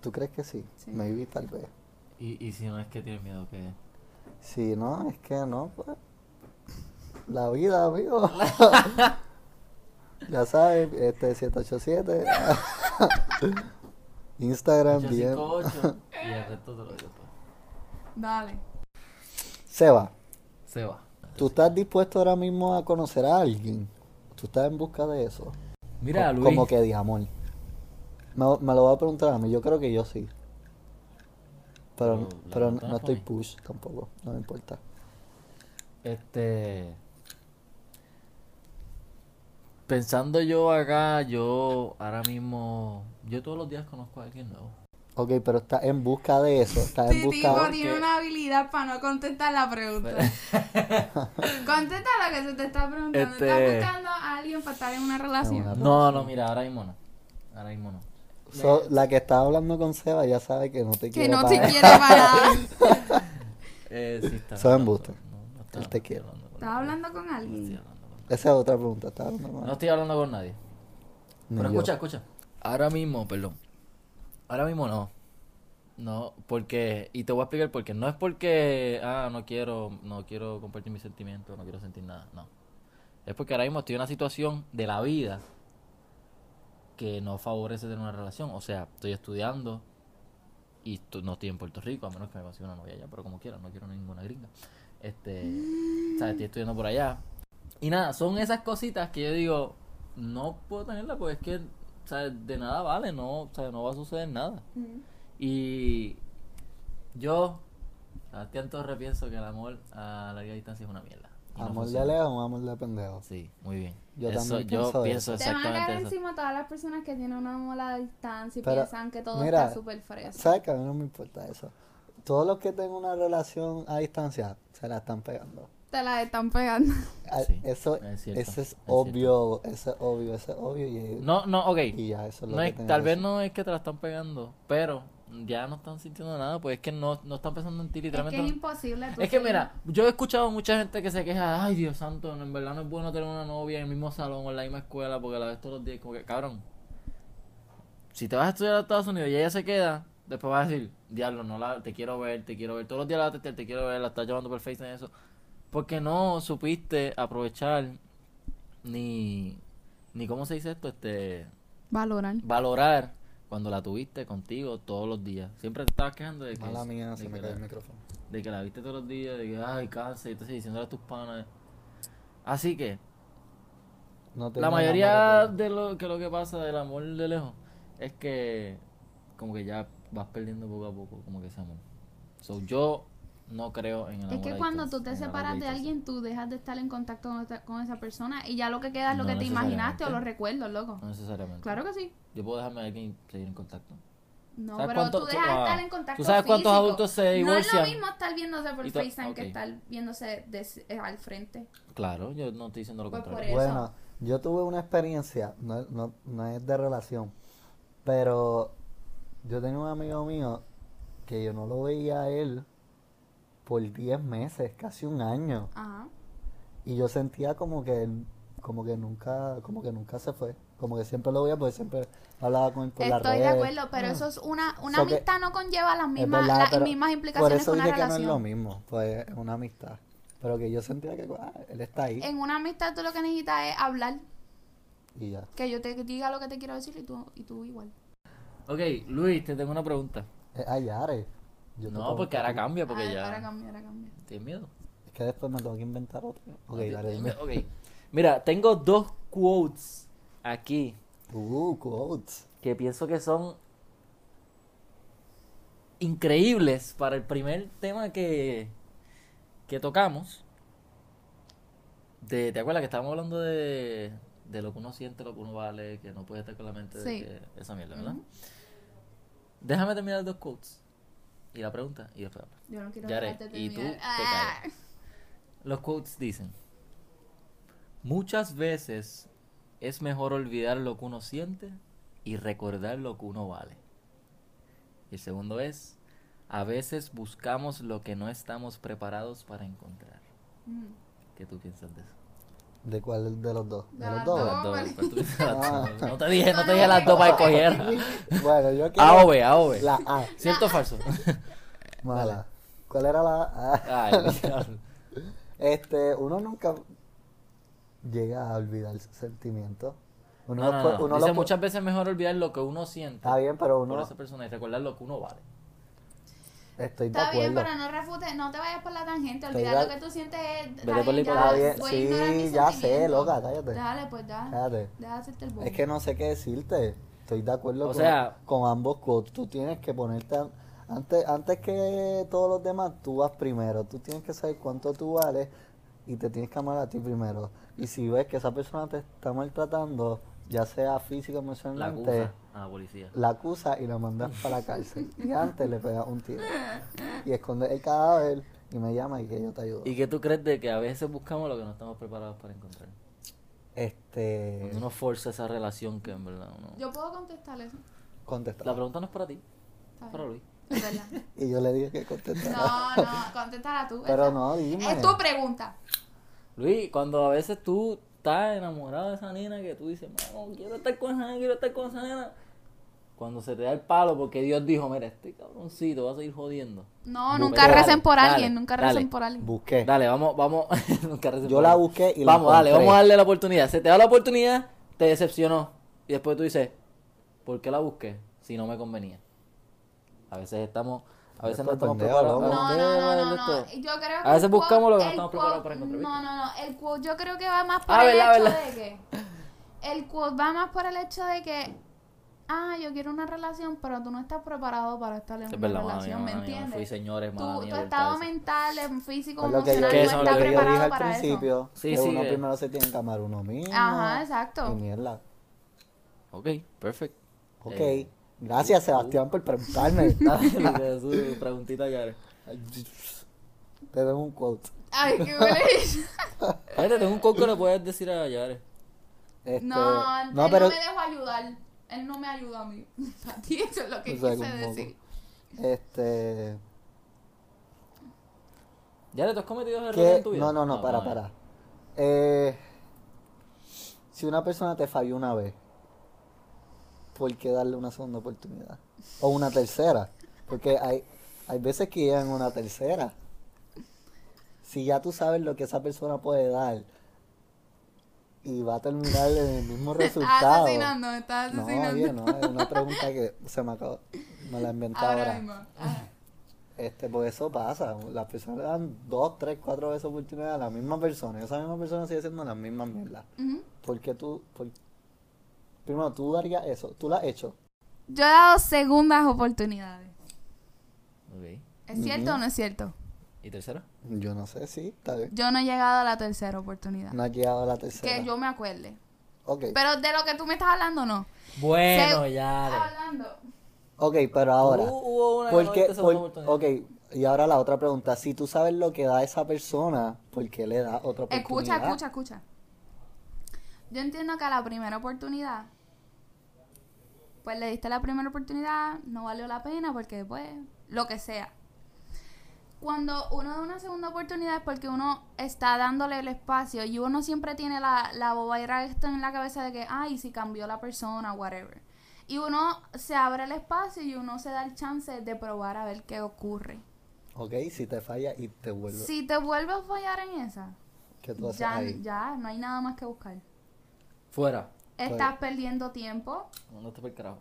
¿Tú crees que sí?
Sí.
Maybe tal vez.
Y, y si no es que tienes miedo, que
Si no, es que no, pues. La vida, amigo. ya sabes, este 787. Instagram, bien.
858 y el resto te lo digo pues. todo.
Dale.
Seba,
Se va.
¿tú estás dispuesto ahora mismo a conocer a alguien? ¿Tú estás en busca de eso?
Mira,
Co-
Luis.
Como que de amor. Me, me lo va a preguntar a mí, yo creo que yo sí. Pero,
Pero la
pero no,
pregunta
no
es para
estoy
mí.
push tampoco, no me importa.
Este. Pensando yo acá, yo ahora mismo. Yo todos los días conozco a alguien nuevo.
Ok, pero estás en busca de eso, estás en
Titico
busca de...
tiene una habilidad para no contestar la pregunta. Contesta lo que se te está preguntando.
Este-
¿Estás buscando a alguien para estar en una relación?
No,
No, no, mira, ahora mismo no. Ahora mismo no.
So, la que está hablando con Seba ya sabe que no
que
te quiere.
no
para
te
nada.
quiere para nada.
Eh, sí, está.
Son
hablando,
embustes.
No, no
Él te quiere.
estoy hablando con
¿Estás hablando
nadie.
con
No estoy
alguien?
hablando con nadie.
Esa es otra pregunta, está hablando mal.
No estoy hablando con nadie.
Ni
Pero
yo.
escucha, escucha. Ahora mismo, perdón. Ahora mismo no. No, porque, y te voy a explicar por qué. No es porque, ah, no quiero, no quiero compartir mis sentimientos, no quiero sentir nada, no. Es porque ahora mismo estoy en una situación de la vida que no favorece tener una relación. O sea, estoy estudiando y esto- no estoy en Puerto Rico, a menos que me consiga una novia allá, pero como quiera, no quiero ninguna gringa. Este, ¿sabes? Estoy estudiando por allá. Y nada, son esas cositas que yo digo, no puedo tenerla porque es que, ¿sabes? De nada vale, no, ¿sabes? No va a suceder nada. Y yo, Sebastián Torres, pienso que el amor a larga distancia es una mierda. Y no
Amor de
funciona.
león, amor de pendejo.
Sí, muy bien.
Yo
Eso-
también
yo
pienso
pienso
Te van a
exactamente
caer
eso.
encima todas las personas que tienen una mala distancia y
Pero,
piensan que todo
mira,
está súper fresco.
¿Sabes que a mí no me importa eso? Todos los que tengan una relación a distancia se la están pegando.
Te la están pegando.
Ah,
Sí,
eso,
es cierto,
eso es,
es
obvio, eso es obvio, eso es obvio. Y,
No, no, ok.
y ya, eso es lo
No
que
es-
tenía
tal
que
vez
decir.
no es que te la están pegando, pero ya no están sintiendo nada, pues es que no, no están pensando en ti
Es que
literalmente.
es
no-
imposible. tú
Es que
ser-
mira, yo he escuchado mucha gente que se queja, ay Dios santo, no, en verdad no es bueno tener una novia en el mismo salón o en la misma escuela porque la ves todos los días, como que cabrón. Si te vas a estudiar a Estados Unidos y ella se queda, después vas a decir, diablo, no la, te quiero ver, te quiero ver, todos los días la vas a testear, te quiero ver, la estás llevando por Facebook y eso. Porque no supiste aprovechar ni, ni ¿cómo se dice esto? Este,
Valoran.
valorar cuando la tuviste contigo todos los días. Siempre te estabas quejando de que,
Mala mía, se
de
me
que
cae
la-
el micrófono.
de que la viste todos los días, de que, ay, cáncer, y entonces diciéndole a tus panas. Así que,
No
la
tengo
mayoría
amor de-
de lo que, lo que pasa del amor de lejos es que, como que ya vas perdiendo poco a poco, como que ese amor. So, yo no creo en el amor.
Es que
a
cuando
distancia,
tú te
en el amor a
separas de
distancia.
alguien, tú dejas de estar en contacto con esta- con esa persona y ya lo que queda es lo
No
que te imaginaste o los
necesariamente.
recuerdos, loco.
No necesariamente.
Claro que sí.
Yo puedo dejarme a alguien y seguir en contacto.
No,
¿Sabes
pero
cuánto-
tú
tú-
dejas de
ah,
estar en contacto
¿tú sabes cuántos
físico.
adultos se
No
divorcian?
es lo mismo estar viéndose por
Y to-
FaceTime que
ok.
estar viéndose des- eh, al frente.
Claro, yo no estoy diciendo lo
Pues por
contrario.
eso.
Bueno, yo tuve una experiencia, no, no, no es de relación, pero yo tenía un amigo mío que yo no lo veía a él por 10 meses, casi un año,
Ajá.
y yo sentía como que él, como que nunca, como que nunca se fue, como que siempre lo veía porque siempre hablaba con él por las
Estoy de
redes.
acuerdo,
Mm.
pero eso es una, una
So que-
amistad no conlleva las
Es
mismas,
verdad,
las
pero
mismas
Por
implicaciones
eso
que una
dije que no
relación.
es lo mismo, pues es una amistad, pero que yo sentía que ah, él está ahí.
en una amistad tú lo que necesitas es hablar.
Y ya.
Que yo te diga lo que te quiero decir y tú, y tú igual.
Ok, Luis, te tengo una pregunta.
Eh, ay, Are. Yo te
no,
puedo-
porque ahora cambia, porque
Ahora-
ya.
Ahora cambia, ahora cambia.
¿Tienes miedo?
Es que después me tengo que inventar otro. Ok,
No,
dale,
tienes
dime.
miedo. Ok. Mira, tengo dos quotes aquí
Uh, quotes.
que pienso que son increíbles para el primer tema que, que tocamos. De, ¿Te acuerdas que estábamos hablando de, de lo que uno siente, lo que uno vale, que no puede estar con la mente de
Sí.
que- esa mierda, ¿verdad?
Ujú.
Déjame terminar dos quotes y la pregunta y después hablo.
Yo no quiero
Yare,
dejarte
y tú
terminar.
te
Ah.
Los quotes dicen, muchas veces es mejor olvidar lo que uno siente y recordar lo que uno vale. Y el segundo es, a veces buscamos lo que no estamos preparados para encontrar.
Mm.
¿Qué tú piensas de eso?
¿De cuál de los dos?
De
De los
las
dos.
Las dos,
vale.
¿cuál tú piensas de las dos?
Ah.
No te dije, no te dije las dos para escoger.
Bueno, yo quiero.
A o B, A o B.
La A.
¿Cierto o falso?
Mala. ¿Cuál era la A?
Ay, diablo.
Este, uno nunca llega a olvidar sus sentimientos. Uno
no,
los
no,
puede-
no.
uno
Dice,
los pu-
muchas veces es mejor olvidar lo que uno siente
Está bien, pero
por
uno.
esa persona y recordar lo que uno vale.
Estoy de
Está
acuerdo.
bien, pero no refutes, no te vayas por la tangente.
Estoy
Olvidar lo
de-
que tú sientes eh, es.
Vete por la
Está
Ah,
bien,
voy a ignorar
sí,
mis
ya sé,
sentimientos.
loca, cállate.
Dale, pues da.
Cállate.
Deja hacerte el bobo.
Es que no sé qué decirte. Estoy de acuerdo
O
con,
sea-
con ambos quotes. Tú tienes que ponerte. an- Antes, antes que todos los demás, tú vas primero. Tú tienes que saber cuánto tú vales y te tienes que amar a ti primero. Y si ves que esa persona te está maltratando, ya sea física o
La
emocionalmente,
acusa a la policía.
la acusa y la mandas para la cárcel. Y antes le pegas un tiro. Y escondes el cadáver y me llama y que yo te ayudo.
¿Y qué tú crees de que a veces buscamos lo que no estamos preparados para encontrar?
Este.
Cuando uno fuerza esa relación que en verdad uno...
Yo puedo contestar eso.
Contesta.
La pregunta no es para ti,
Está
es
bien.
para Luis.
Es verdad.
Y yo le dije que contestara.
No, no, contéstala tú.
Pero
esa-
no, dime.
Es tu pregunta.
Luis, cuando a veces tú estás enamorado de esa nena que tú dices, mano, quiero estar con esa nena, quiero estar con esa nena. Cuando se te da el palo porque Dios dijo, mira, este cabroncito va a seguir jodiendo.
No,
Bu-
nunca
dale,
recen por
dale,
alguien, nunca
dale.
recen por alguien.
Busqué.
Dale, vamos, vamos. Nunca recen
Eh. Yo
por
la
él.
busqué y la
Vamos, dale,
encontré.
vamos a darle la oportunidad. Se te da la oportunidad, te decepcionó. Y después tú dices, ¿por qué la busqué si no me convenía? A veces estamos, a veces no
Esto es
estamos
pendejo,
preparados.
loco.
¿Por
No,
qué
no, no, no, no.
esto?
Yo creo que
A veces
el quote-
buscamos lo que
el
no
quote-
estamos preparados para encontrar, ¿viste?
No, no, no. El quote yo creo que va más por
Ah,
el
verdad,
hecho
verdad.
de que. El quote va más por el hecho de que. Ah, yo quiero una relación, pero tú no estás preparado para estar en
Es
una
verdad, mala mía,
relación, ¿me
mala mía, me fui,
entiendes?
señores, mala
Tu,
mía,
tu
vuelta
estado
esa.
mental, em, físico,
Es lo que yo,
emocional,
Que
no
eso
estás
es lo que yo
dije
preparado
al
para eso.
principio.
Sí,
que
sí,
uno
que-
primero se tiene que amar uno mismo.
Ajá, exacto.
Y mierda.
Ok, perfecto.
Ok.
Eh, Ah.
Gracias, Sebastián, por preguntarme.
Dale, su preguntita, Yare.
Te doy un quote.
Ay, qué huele.
Ay, te tengo un coco que le puedes decir a Yare.
Este,
No, él
no, pero.
no me dejó ayudar. Él no me ayudó a mí. A ti, eso es lo que
O sea,
quise
como-
decir.
Este.
Yare, ¿tú has cometido errores
¿Qué?
en tu vida? Ah,
No, no, no, para,
vamos a ver.
para. Eh, si una persona te falló una vez, ¿por qué darle una segunda oportunidad? O una tercera. Porque hay, hay veces que llegan una tercera. Si ya tú sabes lo que esa persona puede dar y va a terminar en el mismo
Me estás
resultado.
asesinando, me estás
No,
asesinando.
oye, no, es una pregunta que se me acabó. Me la inventé
ahora,
ahora.
mismo. Ah, Ajá.
Este, pues eso pasa. Las personas le dan dos, tres, cuatro veces oportunidad a la misma persona. Y esa misma persona sigue siendo la misma mierda.
Ujú.
¿Por qué tú? por- Primero, tú darías eso. Tú lo has hecho.
Yo he dado segundas oportunidades.
Ok.
¿Es cierto
Ujú.
o no es cierto?
¿Y tercera?
Yo no sé si, tal vez.
Yo no he llegado a la tercera oportunidad.
No has llegado a la tercera.
que yo me acuerde.
Ok.
Pero de lo que tú me estás hablando, no.
Bueno,
Se-
Yare.
Hablando.
Ok, pero ahora.
Uh,
Hubo- Hubo una que no
¿Por qué?
te segunda
por-
oportunidad.
ok, y ahora la otra pregunta. Si tú sabes lo que da esa persona, ¿por qué le das otra oportunidad?
Escucha, escucha, escucha. Yo entiendo que a la primera oportunidad, pues le diste la primera oportunidad, no valió la pena porque después, lo que sea. Cuando uno da una segunda oportunidad es porque uno está dándole el espacio y uno siempre tiene la, la bobaira esta en la cabeza de que, ay, si cambió la persona, whatever. Y uno se abre el espacio y uno se da el chance de probar a ver qué ocurre.
Ok, si te falla y te vuelve.
Si te vuelves a fallar en esa,
¿Qué tú haces
ya,
ahí?
ya, no hay nada más que buscar.
Fuera.
Pues
Estás perdiendo tiempo.
No está el carajo.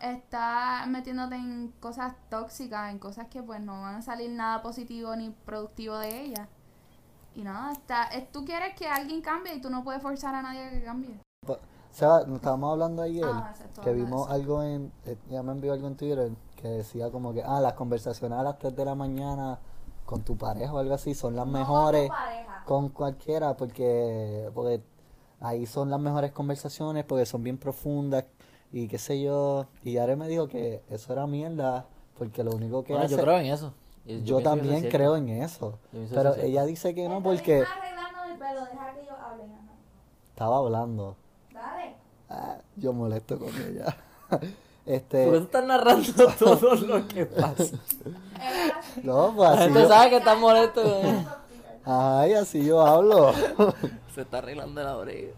Estás metiéndote en cosas tóxicas, en cosas que pues no van a salir nada positivo ni productivo de ellas. Y no, está, es- tú quieres que alguien cambie y tú no puedes forzar a nadie a que cambie.
O sea, nos estábamos hablando ayer
Ah, exacto, hablando
que
de
vimos
eso.
algo en. eh, Ya me envió algo en Twitter que decía como que, ah, las conversaciones a las 3 de la mañana con tu pareja o algo así son las mejores. Con cualquiera, porque, porque ahí son las mejores conversaciones, porque son bien profundas y qué sé yo. Y Yare me dijo que eso era mierda, porque lo único que
Bueno,
hace-
yo creo en eso. Y pienso que
yo
eso es
también
cierto.
creo en eso.
Yo pienso que
Pero
eso es
ella dice que no porque
arreglando el pelo, deja que yo hable.
estaba hablando.
Dale.
Ah, yo molesto con ella.
Por eso
este,
estás narrando todo lo que pasa.
no, pues
La
así
gente
yo,
sabe que estás molesto. güey.
ay, así yo hablo.
Se está arreglando la oreja.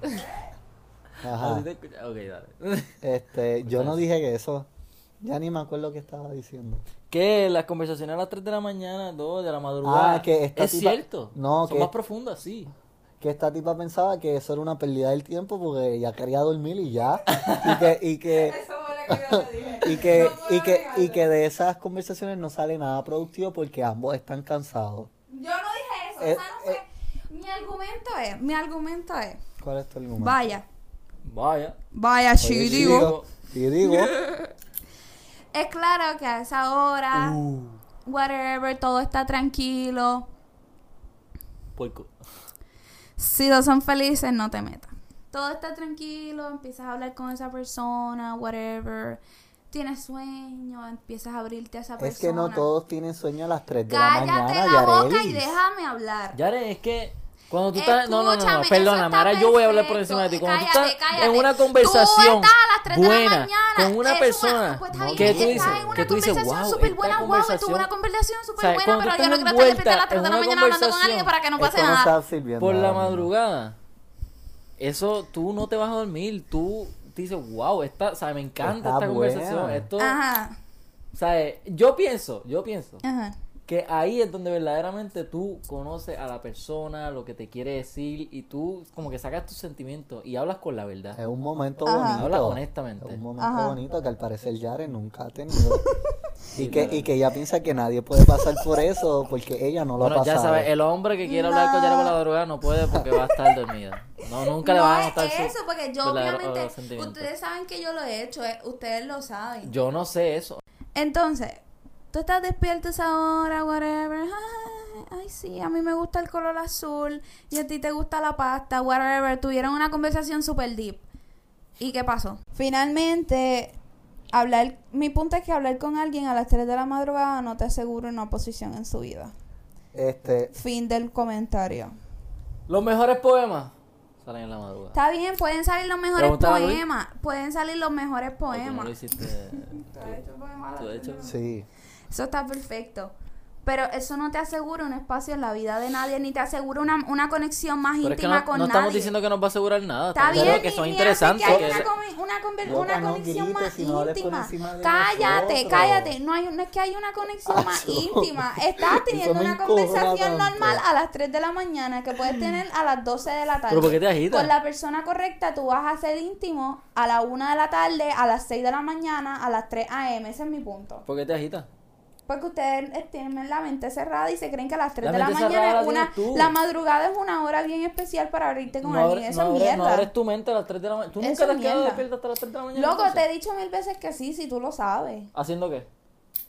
Ajá.
Así te Pues, escucha. Ok, dale.
Este, yo no dije que eso. Ya ni me acuerdo qué estaba diciendo.
Que las conversaciones a las 3 de la mañana, 2 de la madrugada.
Ah, que esta
Es
tipa-
cierto.
No,
Son
que-
más profundas, sí.
que esta tipa pensaba que eso era una pérdida del tiempo porque ella quería dormir y ya. Y que, y que,
Eso fue lo que yo te dije.
y que, y que, y que de esas conversaciones no sale nada productivo porque ambos están cansados.
Yo no dije eso. o sea,
Eh,
no fue-
eh.
mi argumento es, mi argumento es,
¿Cuál es tu argumento?
vaya,
Vaya.
vaya,
Oye,
sí, digo.
Y digo,
Es claro que a esa hora,
uh,
whatever, todo está tranquilo.
Puerco.
Si no son felices, no te metas. Todo está tranquilo, empiezas a hablar con esa persona, whatever. Tienes sueño, empiezas a abrirte a esa persona.
es que no todos tienen sueño a las 3 de la
Cállate
mañana,
la, boca y
Yarelis.
déjame hablar.
Yare, es que cuando tú estás. No, no, no, no,
Escúchame, eso
perdóname.
está
Ahora yo voy a hablar por
perfecto.
encima de ti. Cuando tú
Cállate,
estás en
cállate.
una
Tú
conversación
estás a las 3 de la
buena
mañana,
con una
es
persona
pues está bien,
que
es
tú dices,
estás en una
que tú dices,
conversación
wow,
súper buena,
esta
wow, esto es una
conversación-
conversación súper
¿Sabes?
buena,
Cuando
pero
tú
yo no
estás
quiero estar despierta a las
envuelta
3 de
en
la
una
mañana hablando con alguien
conversación,
para que no pase
Esto no
nada.
está sirviendo.
por la
ahora mismo.
madrugada, eso tú no te vas a dormir. Tú dices, wow, esta, o sea, me encanta
Está
esta conversación.
buena.
Esto,
Ajá,
o sea, eh, yo pienso, yo pienso
ajá.
que ahí es donde verdaderamente tú conoces a la persona, lo que te quiere decir y tú como que sacas tus sentimientos y hablas con la verdad.
Es un momento
Ajá.
bonito.
Habla honestamente.
Es un momento
Ajá.
bonito que al parecer Yare nunca ha tenido. y, que,
claro.
y que ella piensa que nadie puede pasar por eso porque ella no lo ha
Bueno, ya
pasado.
sabes, el hombre que quiere hablar con Yara por la madrugada no puede porque va a estar dormida. No, nunca le
no
van a Pues
es
gustar su
eso, porque yo
verdadero
obviamente,
sentimiento.
ustedes saben que yo lo he hecho, eh, ustedes lo saben.
Yo no sé eso.
Entonces, tú estás despierto a esa hora, whatever. Ay, ay, sí, a mí me gusta el color azul y a ti te gusta la pasta, whatever. Tuvieron una conversación super deep. ¿Y qué pasó? Finalmente, hablar. Mi punto es que hablar con alguien a las 3 de la madrugada no te asegura una posición en su vida.
Este,
Fin del comentario.
Los mejores poemas salen en la madrugada.
Está bien, pueden salir los mejores
Preguntaba Luis.
poemas. Pueden salir los mejores
Ay, tú no
poemas.
lo hiciste. tú de hecho.
sí.
Eso está perfecto. Pero eso no te asegura un espacio en la vida de nadie, ni te asegura una, una conexión más
Pero es que
íntima
no,
con
no
nadie.
estamos diciendo que nos va a asegurar nada.
Está
estamos
bien,
diciendo que
ni-
son
ni
interesantes.
hace que
que
haya
es-
una, comi- una conver-
Loca,
una
no
conexión
grites,
más
si no hables por
íntima.
encima de
cállate,
nosotros.
cállate. No, hay, no es que hay una conexión más
Acho.
íntima. Estás teniendo
me
una
encojona
conversación
tanto.
normal a las 3 de la mañana que puedes tener a las 12 de la tarde.
Pero ¿por qué te agitas?
Con la persona correcta tú vas a ser íntimo a la 1 de la tarde, a las 6 de la mañana, a las 3 a.m. Ese es mi punto.
¿Por qué te agitas?
Porque ustedes eh, tienen la mente cerrada y se creen que a las 3
La
de la
mente
mañana
cerrada
es
la
una...
tienes tú.
La madrugada es una hora bien especial para abrirte con
No
alguien.
abres,
Eso
no,
es
abres,
mierda.
no abres tu mente a las 3 de la mañana. ¿Tú
Eso
nunca te
es
has quedado
mierda.
despierta hasta las 3 de la mañana?
Loco, te
entonces?
he dicho mil veces que sí, si tú lo sabes.
¿Haciendo qué?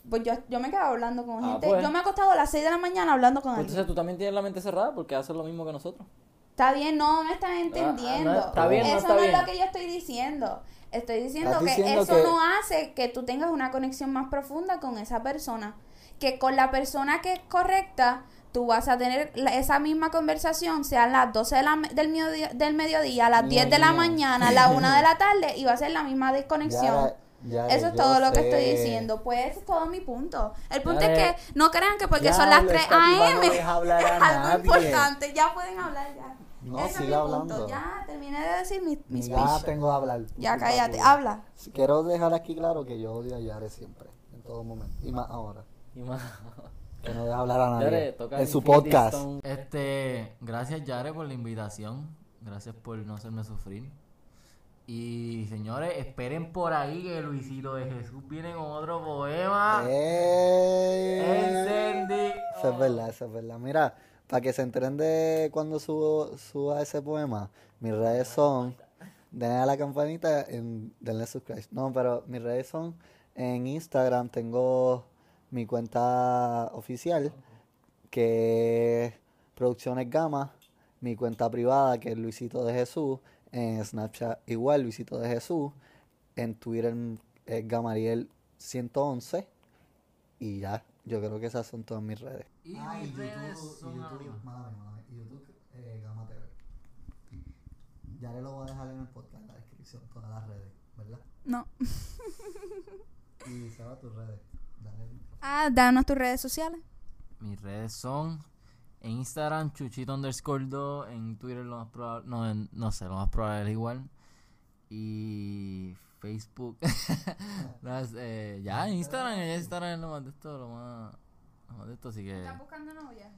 Pues yo, yo me he quedado hablando con
Ah,
gente.
pues.
Yo me he acostado a las 6 de la mañana hablando con
Pues
alguien.
entonces tú también tienes la mente cerrada porque haces lo mismo que nosotros.
Está bien, no me estás entendiendo.
Ah, no, está bien, no
eso
está
no es
bien.
lo que yo estoy diciendo. Estoy diciendo
Estás
que
diciendo
eso
que-
no hace que tú tengas una conexión más profunda con esa persona. Que con la persona que es correcta, tú vas a tener la- esa misma conversación, sean las 12 de la me- del, mediodía, del mediodía, las 10 de la
Mía.
mañana, la 1 de la tarde, y va a ser la misma desconexión.
Yara- Yare,
Eso es
yo
todo lo que
sé.
estoy diciendo. Pues ese es todo mi punto. El punto
Dale.
es que no crean que porque
Ya,
son las
lo
3
está
a.m.
privando, deja hablar a
es algo
nadie.
importante. Ya pueden hablar ya.
No,
Ese es
sigue
mi punto.
hablando.
Ya terminé de decir mi, mi
Ya
speech.
tengo que hablar.
Ya
Disculpa,
cállate,
tuya.
habla.
Quiero dejar aquí claro que yo odio a Yare siempre, en todo momento. Y más ahora,
Y más.
que no deja hablar a nadie.
Yare, toca
en su
Infinity
podcast.
Stone. Este, gracias Yare por la invitación. Gracias por no hacerme sufrir. Y señores, esperen por ahí que Luisito de Jesús viene con otro poema.
¡Eh!
Encendí.
Eso es verdad, eso es verdad. Mira, para que se enteren de cuando subo, suba ese poema, mis redes son. Denle a la campanita en denle subscribe. No, pero mis redes son. En Instagram tengo mi cuenta oficial, que es Producciones Gama. Mi cuenta privada, que es Luisito de Jesús. En Snapchat, igual Luisito de Jesús. En Twitter es Gamariel111. Y ya, yo creo que esas son todas mis redes.
Y
Ah, y
mis redes
YouTube,
son
y YouTube,
anónimas.
mala mía, mala mía, y YouTube, eh, Gama TV. Ya le lo voy a dejar en el podcast, en la descripción, todas las redes, ¿verdad?
No.
Y se va tus redes. Dale el micrófono.
Ah, danos tus redes sociales.
Mis redes son en Instagram, Chuchito underscore 2, en Twitter lo más probable, no, en- no sé, lo más probable es igual. Y Facebook. Las, eh, ya, en Instagram, en Instagram es lo más de esto, lo más, lo más de esto, así que...
buscando novia?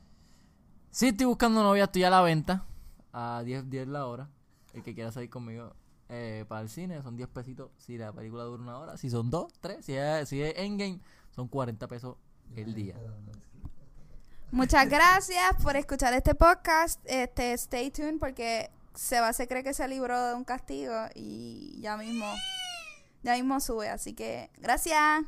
Sí, estoy buscando novia, estoy a la venta. A 10, 10 la hora. El que quiera salir conmigo eh, para el cine son 10 pesitos. Si la película dura una hora, si son 2, 3, si es, si es Endgame, son 40 pesos el día.
Muchas gracias por escuchar este podcast. Este, stay tuned porque se va, se cree que se libró de un castigo y ya mismo, ya mismo sube. Así que gracias.